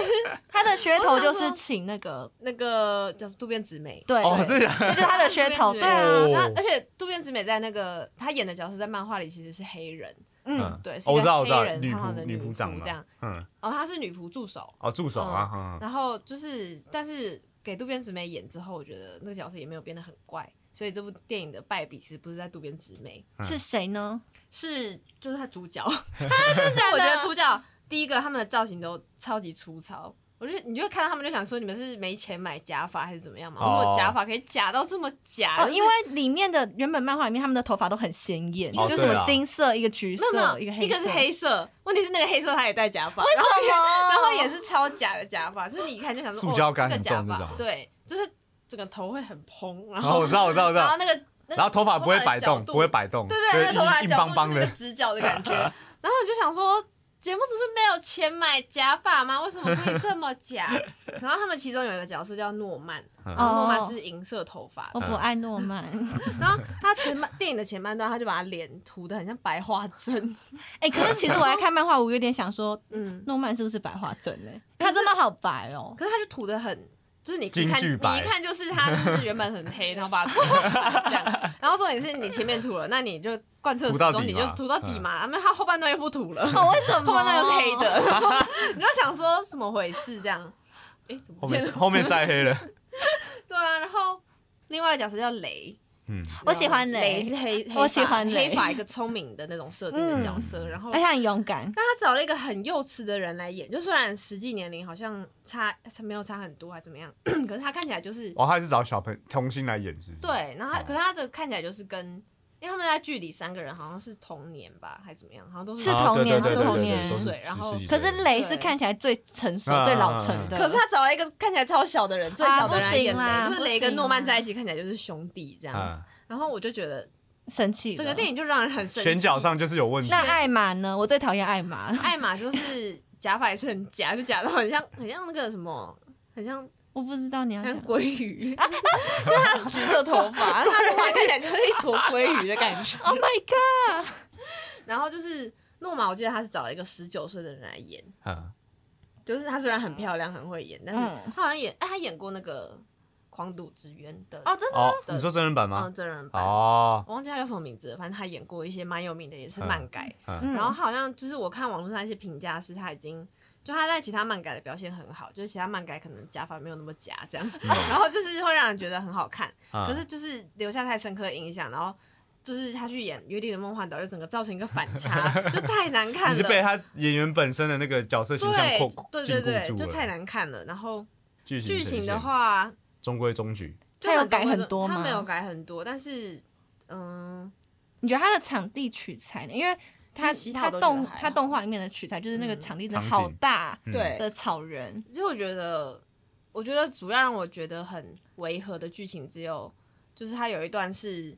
A: 它的噱头就
B: 我想
A: 是
B: 说
A: 请那个
B: 那个叫渡边直美，
A: 对，
C: 哦，
A: 对
C: 真的
A: 这就是它的噱头，
B: 渡边直美
A: 对啊，
C: 哦
B: 那而且渡边直美在那个她演的角色在漫画里其实是黑人，
A: 嗯，
B: 对，是
C: 哦
B: 一
C: 我知道，
B: 个
C: 我知道
B: 黑，人
C: 女
B: 胖胖的
C: 仆女
B: 仆
C: 仆长嘛
B: 这样，，
C: 嗯，
B: 哦，她是女仆助手，
C: 哦，助手啊，嗯，
B: 然后就是但是给渡边直美演之后，我觉得那个角色也没有变得很怪，所以这部电影的败笔其实不是在渡边直美，
C: 嗯
A: 是谁 呢？
B: 是就是他主角，
A: 真
B: 我觉
C: 啊
B: 得主角第一个他们的造型都超级粗糙，我就你就会看到他们就想说你们是没钱买假发还是怎么样嘛？
C: 哦
B: 我说我假发可以假到这么假，
A: 哦，
B: 就是
A: 因为里面的原本漫画里面他们的头发都很鲜艳，
C: 哦
A: 就是
C: 对
A: 什
C: 啦
A: 么金色一个橘
B: 没有没有
A: 色一个黑色，
B: 一个是黑色，问题是那个黑色他也戴假发，然后
A: 什么，
B: 然后也是超假的假发，就是你一看就想说
C: 塑胶感
B: 哦、这
C: 很
B: 个
C: 重
B: 假
C: 那种
B: 发，对，就是整个头会很蓬，然
C: 然后
B: 后
C: 我知道，我知道，我知
B: 然后
C: 道，
B: 那个那个
C: 然后头发不会
B: 的
C: 摆
B: 角
C: 动，
B: 度
C: 不会摆动，
B: 对对，
C: 就是
B: 那头发
C: 硬
B: 的
C: 硬
B: 角
C: 邦
B: 度
C: 邦
B: 就是个
C: 的。
B: 直角的感 觉。然后我就想说，节目只是没有钱买假发吗？为什么可以这么 假？然后他们其中有一个角色叫诺曼，
C: 嗯
B: 然
A: 哦
B: 后诺曼是银色头发的，
A: 我不爱诺曼，
B: 然后他前半电影的前半段，他就把他脸涂的很像白化症，
A: 哎、可是其实我在看漫画，我有点想说，
B: 嗯，
A: 诺曼是不是白化症呢、他真的好白哦、
B: 可是他就涂的很。就是你
C: 京
B: 一看，
C: 剧
B: 你一
C: 白
B: 看就是他就是原本很黑，然后把它涂很白这样。然后重点是你前面涂了，那你就贯彻
C: 涂
B: 始
C: 到
B: 终，
C: 底
B: 你就
C: 嘛嗯
B: 涂到底嘛。那、他后半段又不涂了，
A: 哦，为什么？
B: 后面那个是 黑。的，然后你就想说怎么回事这样？哎、怎么不
C: 后
B: 见
C: 面
B: 了？
C: 后面晒黑了，
B: 对啊，然后另外一个角色叫雷，
C: 嗯，
A: 我喜欢雷
B: 雷是黑，黑
A: 我喜欢
B: 发
A: 雷嗯
B: 黑发一个聪明的那种设定的角色，然后
C: 嗯
A: 而且哎很勇敢，
B: 那他找了一个很幼稚的人来演，就虽然实际年龄好像差没有差很多，还怎么样， 可是他看起来就是
C: 哦，他是找小朋童星来演，是不是？
B: 对，然后他、
C: 哦
B: 可是他的看起来就是跟因为他们在剧里三个人好像是同年吧，还怎么样，好像都是
A: 是
C: 啊
A: 同
C: 对
A: 年
C: 对
B: 是
C: 对
B: 同
C: 对
B: 年
C: 对都是
B: 岁然后
C: 十几
A: 可
C: 岁
A: 是雷是
B: 对
A: 看起来最成熟、
C: 啊
A: 最老成的，
B: 可是他找了一个看起来超小的人，最小的人来演雷，
A: 啊不行啦
B: 就是雷跟诺曼在一起看起来就是兄弟这样。
C: 啊，
B: 然后我就觉得
A: 生气了。
B: 整个电
A: 影，
B: 影就让人很生气。
C: 选角上就是有问题
A: 那。艾玛呢？我最讨厌艾玛，
B: 艾玛就是假发也是很假，就假到很像很像那个什么，很像
A: 我不知道你要
B: 很
A: 讲
B: 像。鲑鱼， 就是就是他橘色头发，他头发看起来就是一坨鲑鱼的感觉。
A: Oh my god！
B: 然后就是诺玛，我记得他是找了一个十九岁的人来演，
C: 嗯
B: 就是她虽然很漂亮很会演，但是
A: 嗯
B: 她好像演哎，她演过那个《狂赌之渊》的
A: 哦，真的
C: 哦，你说真人版吗
B: 嗯？真人版。
C: 哦，
B: 我忘记她叫什么名字了，反正她演过一些蛮有名的，也是漫改。
A: 嗯
C: 嗯，
B: 然后她好像就是我看网络上一些评价是她已经，就她在其他漫改的表现很好，就是其他漫改可能假发没有那么假这样，
C: 嗯
B: 然后就是会让人觉得很好看，
C: 啊
B: 可是就是留下太深刻的印象，然后就是她去演《约定的梦幻岛》，就整个造成一个反差，就太难看
C: 你
B: 了。
C: 是被他演员本身的那个角色形象
B: 对
C: 扣
B: 对
C: 禁
B: 对
C: 锢
B: 对，
C: 住
B: 就太
C: 了。
B: 难看了。然后
C: 剧
B: 剧
C: 情
B: 情
C: 呈
B: 的
C: 现
B: 话，
C: 中规中矩，
B: 就
A: 它有
B: 很多
A: 改
B: 会
A: 很
B: 说
A: 多
B: 它
A: 吗
B: 没有改很多，但是嗯，
A: 你觉得它的场地取材呢？因为它
B: 其实其他
A: 它
B: 我都觉得
A: 动
B: 还好
A: 它动画里面的取材就是那个
B: 嗯
A: 场地真的
C: 场
A: 好
C: 景
A: 大
C: 嗯
B: 对。
A: 的草原，
B: 其实我觉得，我觉得主要让我觉得很违和的剧情只有，就是它有一段是，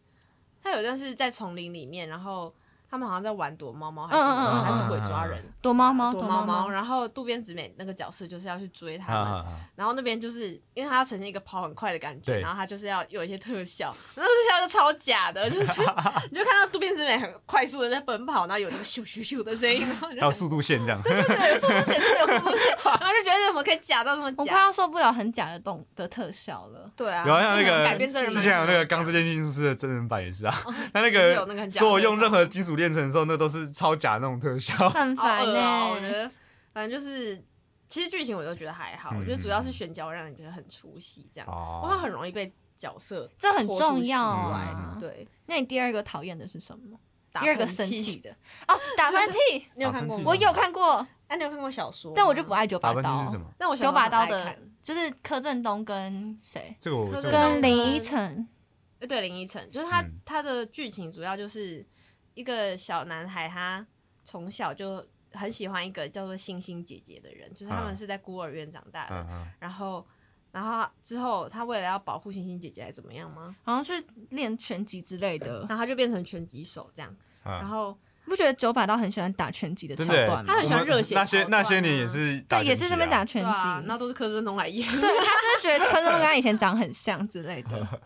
B: 它有一段是在丛林里面，然后他们好像在玩躲猫猫还是什
C: 啊
B: 么，
A: 嗯嗯嗯
B: 还是鬼抓人。
A: 躲猫猫，
B: 躲猫猫，，然后渡边直美那个角色就是要去追他们，
C: 啊，
B: 然后那边就是因为他要呈现一个跑很快的感觉，
C: 对
B: 然后他就是要有一些特效，那特效就超假的，就是 你就看到渡边直美很快速的在奔跑，然后有那个咻咻咻的声音，然后你就
C: 还有速度线这样，
B: 对对对，有速度线，真的有速度线， 然后就觉得怎么可以假到这么
A: 我快
B: 假？
A: 要受不了很假的动的特效了。
B: 对啊，
C: 有啊像那
B: 就是
C: 个
B: 改编真人
C: 之
B: 版
C: 前有那个《钢之炼金术师》的真人版也是啊， 他那
B: 哦也是有那个
C: 个
B: 很假的
C: 所有用任何金属炼成的时候，那都是超假的那种 特效。
A: 很
B: 好
A: 烦欸
B: 恶
A: 呢、
B: 啊，我觉得反正就是，其实剧情我都觉得还好，
C: 嗯
B: 我觉得主要是选角让你觉得很出戏，这样，我
C: 哦，
B: 很容易被角色
A: 这很
B: 拖出
A: 重
B: 戏
A: 要
B: 外
A: 啊。
B: 对，
A: 那你第二个讨厌的是什么？
B: 打
A: 第二个
B: 喷
A: 生
B: 嚏
A: 气的，哦，打喷 嚏，
B: 你有看过吗？
A: 我有看过，
B: 哎、你有看过小说吗？
A: 但我就不爱九把
C: 打喷嚏是
A: 刀
C: 什。么？
B: 但我
A: 九
B: 小时候
A: 把
B: 很
A: 刀
B: 爱
A: 的
B: 看，
A: 就是柯震东跟谁？
C: 这个我
B: 柯
C: 这
B: 震
C: 个我
B: 东
A: 跟林依晨。
B: 呃对林依晨，就是他
C: 嗯
B: 他的剧情主要就是一个小男孩，他从小就很喜欢一个叫做星星姐姐的人，就是他们
C: 嗯
B: 是在孤儿院长大的，
C: 嗯嗯，
B: 然后。然后之后，他为了要保护星星姐姐，还怎么样吗？
A: 好像是练拳击之类的，
B: 然后他就变成拳击手这样。
C: 嗯
B: 然后
A: 你不觉得九把刀很喜欢打拳击的桥
C: 真的耶，
A: 段吗
B: 他？很喜欢热血
C: 我们那些
B: 桥段啊
C: 那些年也是打
A: 对，
C: 拳击啊，
A: 也是这边打拳
B: 对
A: 击，
B: 啊，那都是柯震东来演，
A: 对他就是觉得柯震东跟他以前长很像之类 的。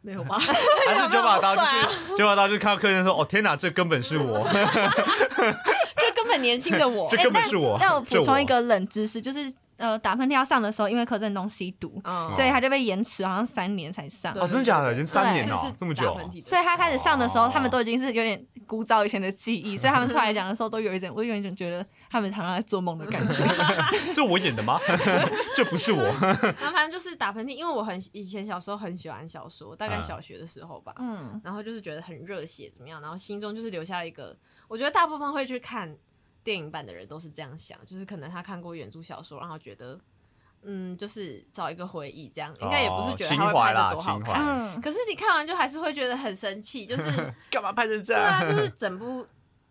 B: 没有吧？
C: 还
B: 啊
C: 是九把刀，
B: 没有那么
C: 就是九把刀，就看到客人说：“哦，天哪，这根本是我。
B: 就根本年轻的我
C: 这。根本是我
A: 但我
C: 这
A: 补
C: 我
A: 充一个冷知识，就是呃，打喷嚏要上的时候，因为柯震东吸毒，
B: 嗯
A: 所以他就被延迟，好像三年才上
B: 对。
C: 哦真的假
B: 对对对
C: 的已经三
A: 年
B: 是
C: 了哦
B: 是
C: 这么
B: 打
C: 久
B: 喷嚏的
A: 所以他开始上的时候，
C: 哦
A: 他们都已经是有点古早以前的记忆，所以他们出来讲的时候，都有一点，我有一点觉得他们好像在做梦的感觉。
C: 这我 演的吗？这不是我。
B: 然后反正就是打喷嚏，因为我很以前小时候很喜欢小说，大概
C: 嗯
B: 小学的时候吧，
A: 嗯，
B: 然后就是觉得很热血怎么样，然后心中就是留下了一个，我觉得大部分会去看电影版的人都是这样想，就是可能他看过原著小说，然后觉得嗯，就是找一个回忆这样，应该也不是觉得他会拍的多好
C: 哦情怀
B: 看，
C: 啦情怀
A: 嗯，
B: 可是你看完就还是会觉得很生气，就是
C: 干嘛拍成这
B: 对啊，
C: 样？
B: 就是整部。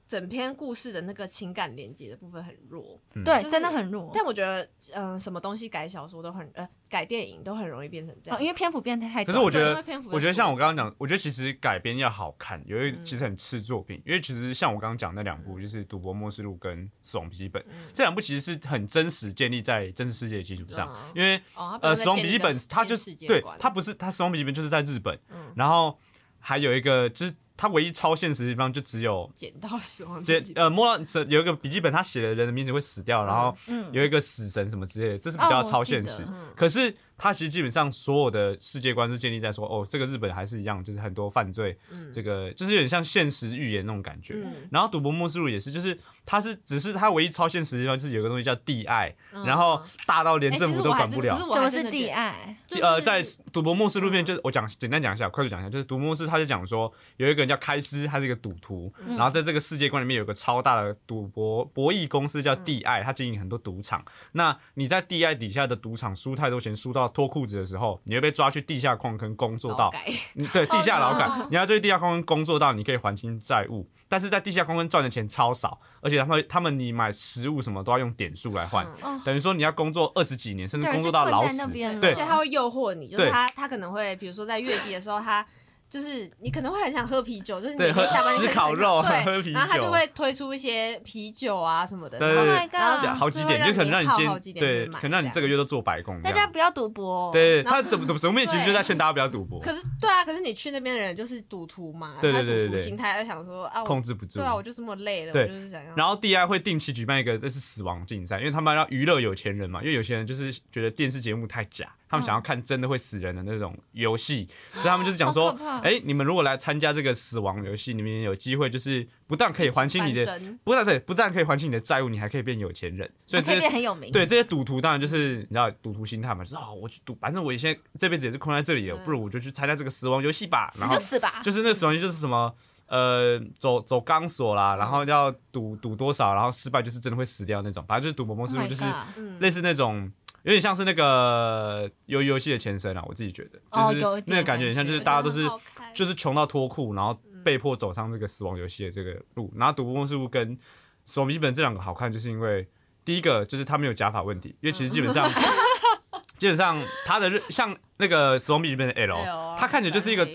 B: 整篇故事的那个情感连接的部分很弱，
A: 对，
B: 就是
A: 真的很弱。
B: 但我觉得，嗯、什么东西改小说都很，呃，改电影都很容易变成这样
A: 哦，因。为篇幅变得太
C: 可
A: 短，
C: 是我觉
B: 对因
C: 得
B: 为篇幅，的嗯
C: 我觉得
B: 数
C: 像我刚刚讲，我觉得其实改编要好看，有一其实很吃作品，因为其实像我刚刚讲那两
B: 嗯
C: 部，就是《赌博默示录》跟《死亡笔记本》这两部，其实是很真实建立在真实世界的基础上
B: 嗯，
C: 因为
B: 哦，它不能
C: 呃，《
B: 再
C: 死亡
B: 建立
C: 笔记
B: 一
C: 本
B: 个》
C: 它
B: 世
C: 就
B: 世界
C: 对
B: 观
C: 它不是它《死亡笔记本》就是在日本，
B: 嗯
C: 然后还有一个就是它唯一超现实的地方就只有
B: 捡到死亡
C: 这
B: 笔记本
C: 呃摸到有一个笔记本，他写的人的名字会死掉，然后
A: 嗯
C: 有一个死神什么之类的，这是比较
A: 哦
C: 超
A: 我记
C: 现
A: 得
C: 实
B: 嗯。
C: 可是他其实基本上所有的世界观是建立在说，哦，这个日本还是一样，就是很多犯罪，
B: 嗯
C: 这个就是有点像现实预言那种感觉。
B: 嗯
C: 然后《赌博默示录》也是，就是它是只是它唯一超现实的地方就是有个东西叫地爱，
B: 嗯
C: 然后大到连
B: 哎
C: 政
B: 其
C: 府
B: 实
C: 都
B: 我还
C: 管
B: 是
C: 不了
B: 可。是我
A: 什么
B: 还真
A: 是
B: 的
A: 地
B: 觉得
A: 爱？
B: 就是
C: 呃，在赌博默示录面，
B: 嗯
C: 就是我讲简单讲一下，快速讲一下，就是赌博默示，他就讲说有一个人叫开斯，他是一个赌徒，
B: 嗯
C: 然后在这个世界观里面有个超大的赌博
B: 嗯
C: 博弈公司叫地爱，他经营很多赌场。那你在地爱底下的赌场输太多钱，输到到脱裤子的时候，你会被抓去地下矿坑工作
B: 劳
C: 到，
B: 改哦
C: 你 对地下劳改
A: Oh no，
C: 你要对地下矿坑工作到，你可以还清债务，但是在地下矿坑赚的钱超少，而且他们他们你买食物什么都要用点数来
B: 嗯
C: 换，
A: 哦，
C: 等于说你要工作二十几年，甚至
A: 对
C: 嗯工作到老
A: 是困在那
C: 死。
A: 边了
C: 对
B: 而且他会诱惑你，就是
C: 对
B: 他他可能会，比如说在月底的时候，他就是你可能会很想喝啤酒，就是你
C: 对
B: 每天
C: 喝
B: 下班就
C: 吃
B: 很想
C: 烤肉
B: 对，
C: 喝啤
B: 然后他
C: 酒
B: 就会推出一些啤酒啊什么的，
C: 对
B: 然后
A: ，Oh
C: 对
A: my
B: 然后
C: 对
A: god，
C: 好几点就可能让你
B: 啊就会让你耗好
C: 今
B: 几点
C: 对，
B: 去买
C: 可能让你这个月都做白工这
A: 大家
C: 样。
A: 不要赌博哦，
C: 嗯对
B: 然
C: 他
B: 后
C: 怎么怎么怎么面，其实就在劝大家不要赌博，
B: 可是对啊，可是你去那边的人就是赌徒嘛，
C: 对对对
B: 他
C: 对
B: 赌徒
C: 对
B: 心态，他想说啊，我
C: 控制不住
B: 对。啊，我就这么累了，
C: 对
B: 我就是想要。
C: 然后 DI 会定期举办一个那是死亡竞赛，因为他们要娱乐有钱人嘛，因为有些人就是觉得电视节目太假，
B: 嗯
C: 他们想要看真的会死人的那种游戏，所以他们就是讲说
A: 好可怕，
C: 哎、你们如果来参加这个死亡游戏，你们也有机会就是不但可以还清你
B: 一直
C: 的
B: 翻身，
C: 不但对，不但可以还清你的债务，你还可以变有钱人，所以
B: 啊
A: 可
C: 这
A: 以
C: 些
A: 变很有名。
C: 对这些赌徒当然就是你知道赌徒心态嘛，就是哦，我去赌，反正我现在这辈子也是困在这里了，
B: 嗯
C: 不如我就去参加这个死亡游戏吧，
A: 死啊
C: 然后
A: 就死吧，
C: 就是那个时候就是什么呃走走钢索啦，然后要赌赌多少，然后失败就是真的会死掉那种，反正就是赌博梦
A: Oh
C: 思
A: my
C: 路，就是
A: god
B: 嗯，
C: 类似那种。有点像是那个游游戏的前身啊，我自己觉得，
A: 哦
C: 就是
A: 有一
C: 那
A: 点
C: 个感觉很像，
A: 感觉嗯
C: 就是大家都是
B: 哎
C: 就是哦穷到脱裤，然后被迫走上这个死亡游戏的这个路。然后《赌博梦事务》跟《死亡笔记本》这两个好看，就是因为第一个就是他没有假发问题，因为其实基本 上、基本上他的日像那个《死亡笔记本》的
B: 哦
C: L，、他看起来就是一个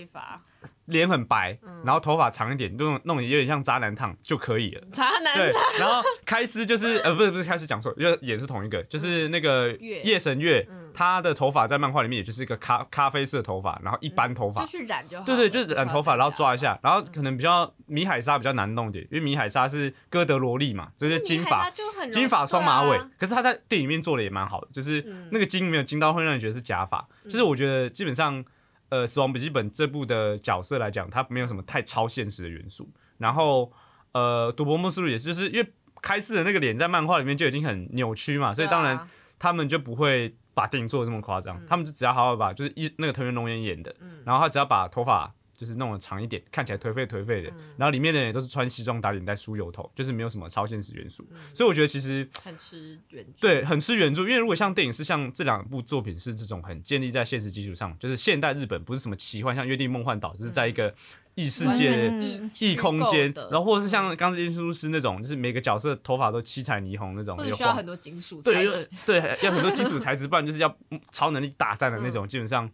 C: 脸很白，
B: 嗯
C: 然后头发长一点，弄弄有点像渣男烫就可以了。
B: 茶
C: 对
B: 男，，
C: 然后开司就是呃，不是不是开司讲错，因为也是同一个，就是那个
B: 月
C: 夜神月
B: 嗯，
C: 他的头发在漫画里面也就是一个咖咖啡色头发，然后一般头发
B: 就，去染就好了，
C: 对对，就是染头发，
B: 不需要
C: 然后抓一
B: 戴假
C: 下，然后可能比较米海莎比较难弄一点，因为米海莎是哥德萝莉嘛，就
B: 发，
C: 是
B: 可
C: 金
B: 你还
C: 发
B: 他，就很容
C: 金发双马尾
B: 对啊，
C: 可是他在电影里面做的也蛮好的，就是
B: 嗯
C: 那个金没有金到会让你觉得是假发。就是我觉得基本上，呃，《死亡笔记本》这部的角色来讲，它没有什么太超现实的元素。然后，呃，《赌博默示录》也是，就是因为开始的那个脸在漫画里面就已经很扭曲嘛，所以当然
B: 对啊
C: 他们就不会把电影做的这么夸张，他们就只要好好把就是一那个藤原龙也演的，
B: 嗯
C: 然后他只要把头发。就是弄得长一点，看起来颓废颓废的，
B: 嗯
C: 然后里面的人也都是穿西装打领带梳油头，就是没有什么超现实元
B: 嗯
C: 素，所以我觉得其实
B: 很吃原著，
C: 对，很吃原著，因为如果像电影是像这两部作品是这种很建立在现实基础上，就是现代日本不是什么奇幻，像《约定梦幻岛》，只是在一
B: 嗯
C: 个异世
B: 完
C: 界
B: 全
C: 的
B: 异
C: 异
B: 虚构
C: 空间
B: 的，
C: 然后或者是
B: 嗯
C: 像《钢之炼金术师》那种，就是每个角色头发都七彩霓虹那种，
B: 或者
C: 有
B: 需要
C: 黄
B: 很多金属才
C: 对，要
B: 行，
C: 对，要很多基础材质，不然就是要超能力大战的那
A: 嗯
C: 种。基本上，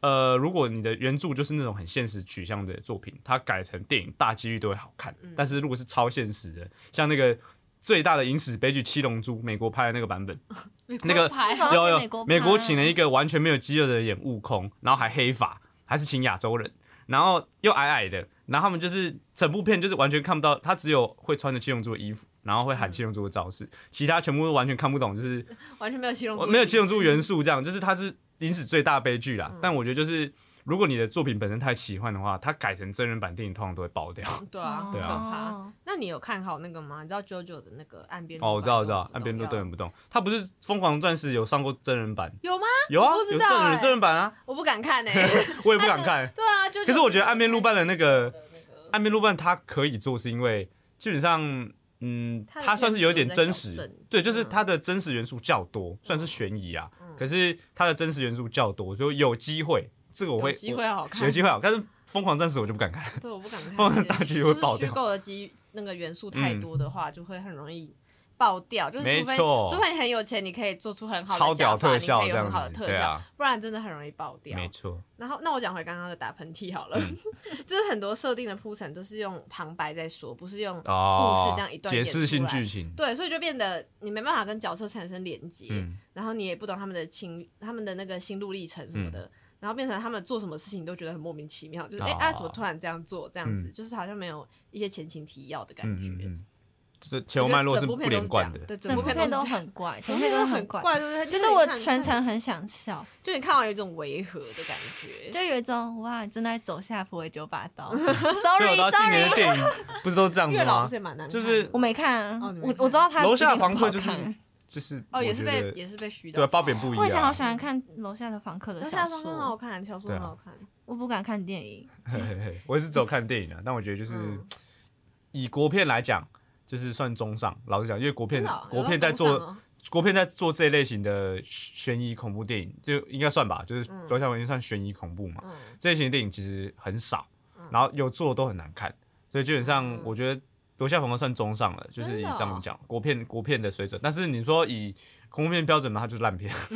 C: 呃，如果你的原著就是那种很现实取向的作品，它改成电影，大几率都会好看。
A: 嗯
C: 但是如果是超现实的，像那个最大的影史悲剧《七龙珠》，美国拍的那个版本，那个
B: 牌
A: 然后
C: 有
A: 在
C: 有
A: 哦美国
C: 美
A: 拍
C: 国请了一个完全没有肌肉的人演悟空，然后还黑发，还是请亚洲人，然后又矮矮的，然后他们就是整部片就是完全看不到，他只有会穿着七龙珠的衣服，然后会
A: 嗯
C: 喊七龙珠的招式，其他全部都完全看不懂，就是
B: 完全没有七龙
C: 我
B: 珠，
C: 没有七龙珠元素这样，就是它是影史最大悲剧啦。但我觉得就是如果你的作品本身太奇幻的话，它改成真人版电影通常都会爆掉。
B: 对
A: 哦
B: 啊，
C: 对啊
B: 很可怕。，那你有看好那个吗？你知道 JoJo 的那个岸边
C: 哦，我知道，我知道，岸
B: 岸
C: 边路动也不动，它不是疯狂钻石有上过真人版，
B: 有吗？
C: 有啊，
B: 我不
C: 有
B: 知道
C: 真
B: 欸
C: 有真人版 啊，
B: 我不敢看诶、欸
C: 我也不敢看。
B: 对啊，就
C: 可是我觉得岸边路伴的那个
B: 的那个，
C: 岸边路伴它可以做，是因为基本上，嗯，
B: 它的
C: 它算是有点真
B: 元素在
C: 实
B: 小镇，
C: 对，就是
B: 嗯
C: 它的真实元素较多，算是悬疑啊，可是它的真实元素较多，所以有机会，这个我
B: 有
C: 会
B: 机会好看，
C: 有机会啊好，但是疯狂战士我就不敢看。
B: 对，我不敢看，
C: 放在大剧会爆掉
B: 就是虚构的机那个元素太多的话，就会很容易爆掉。就是除
C: 没
B: 非
C: 错
B: 除非你很有钱，你可以做出很好的
C: 超屌
B: 假发
C: 特效
B: 你可以
C: 这
B: 有
C: 样
B: 很
C: 子
B: 好的特
C: 对
B: 效，
C: 啊
B: 不然真的很容易爆掉。
C: 错，
B: 然后，那我讲回刚刚的打喷嚏好了，
C: 嗯
B: 就是很多设定的铺陈都是用旁白在说，不是用故事这样一段一段
C: 解释性
B: 出来
C: 剧情，
B: 对，所以就变得你没办法跟角色产生连接，
C: 嗯
B: 然后你也不懂他们的情、他们的那个心路历程什么的，然后变成他们做什么事情你都觉得很莫名其妙，就是哎、
C: 嗯哦
B: 啊怎么突然这样做这样子，
C: 嗯
B: 就是好像没有一些前情提要的感
C: 嗯
B: 觉。
C: 嗯
B: 我
C: 嗯，这
B: 觉
C: 前
B: 得
C: 后脉络
B: 整部
C: 不
B: 片都
C: 连
B: 是这
C: 贯
B: 样
C: 的，
B: 对，
A: 整
B: 整部
A: 部
B: 片
A: 片
B: 是
A: 都
B: 这样
A: 很 怪， 整
B: 整
A: 部
B: 部
A: 片
B: 片
A: 都
B: 都
A: 很
B: 很
A: 怪，
B: 怪，对不对？
A: 就是
B: 你
A: 我
B: 看
A: 全，
B: 你看
A: 程很想 笑，
B: 就你看完有一种违和的感觉。
A: 就有一种哇，正在走下婆为九把 刀。
C: 所以我
A: Sorry
C: 到今年的
A: Sorry，
C: 电影 不是都这样
B: 月
C: 子
B: 老
C: 吗
B: 不是？也蛮难看的，
C: 就是
A: 我没看
B: 哦
A: 啊
B: 你，没
A: 我
B: 看
A: 我知道他
C: 楼下
A: 一定不
C: 房客
A: 好
C: 就是
A: 看
C: 就是
B: 哦，也是
C: 我觉
B: 被
C: 得
B: 也是被虚的，
C: 对褒啊贬不一
A: 我以前好
C: 样嗯
A: 喜。欢看楼下的房客的
B: 那
A: 小
B: 下方很好
A: 说，
B: 看，小说
C: 对
B: 很
C: 啊
B: 好看，
A: 我不敢看电影。
C: 嘿嘿嘿我也是只有看电影啊，但我觉得就是
B: 嗯
C: 以国片来讲，就是算中上。老实讲，因为国片
B: 真的哦有
C: 国
B: 到
C: 片在
B: 中上
C: 做
B: 哦
C: 国片在做这一类型的悬疑恐怖电影，就应该算吧，就是
B: 嗯
C: 《楼下文经》算悬疑恐怖嘛。
B: 嗯，
C: 这类型的电影其实很少
B: 嗯，
C: 然后有做的都很难看，所以基本上
B: 嗯
C: 我觉得《楼下房客》算中上了，就是
B: 真
C: 以
B: 的哦
C: 这样讲国片国片的水准。但是你说以恐怖片标准嘛，它就是烂片，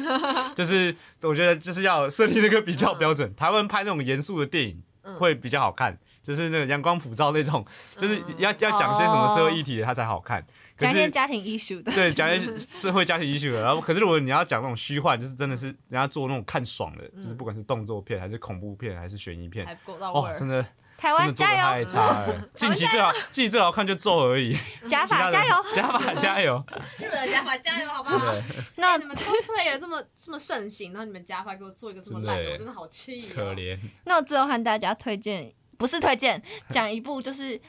C: 就是我觉得就是要设立那个比较标准。台湾拍那种严肃的电影
B: 嗯
C: 会比较好看，就是那个阳光普照那种，就是
B: 嗯
C: 要要讲些什么社会议题的它才好看。可
A: 讲一些
C: 是
A: 家庭 issue 的，
C: 对，讲一些社会家庭 issue 的。然后，可是如果你要讲那种虚幻，就是真的是人家做那种看爽的，
A: 嗯
C: 就是不管是动作片还是恐怖片还是悬疑片，
B: 还不够到味
C: 哦，
B: 儿。
C: 真的
A: 台
C: 真
A: 湾
C: 的做的
A: 加
C: 太
A: 油，
C: 差 了。近期最好，近期最好看就咒而已，
A: 假
C: 其他
A: 发
C: 的
A: 加油，
C: 加法加油！
B: 日本的假发加油，好不好？
C: 对，
A: 那
B: 你们 cosplayer 这么这么盛行，然后你们假发给我做一个这么烂
C: 真
B: 的，
C: 的
B: 我真的好气、哦。
C: 可。怜。
A: 那我最后和大家推荐，不是推荐，讲一部就是。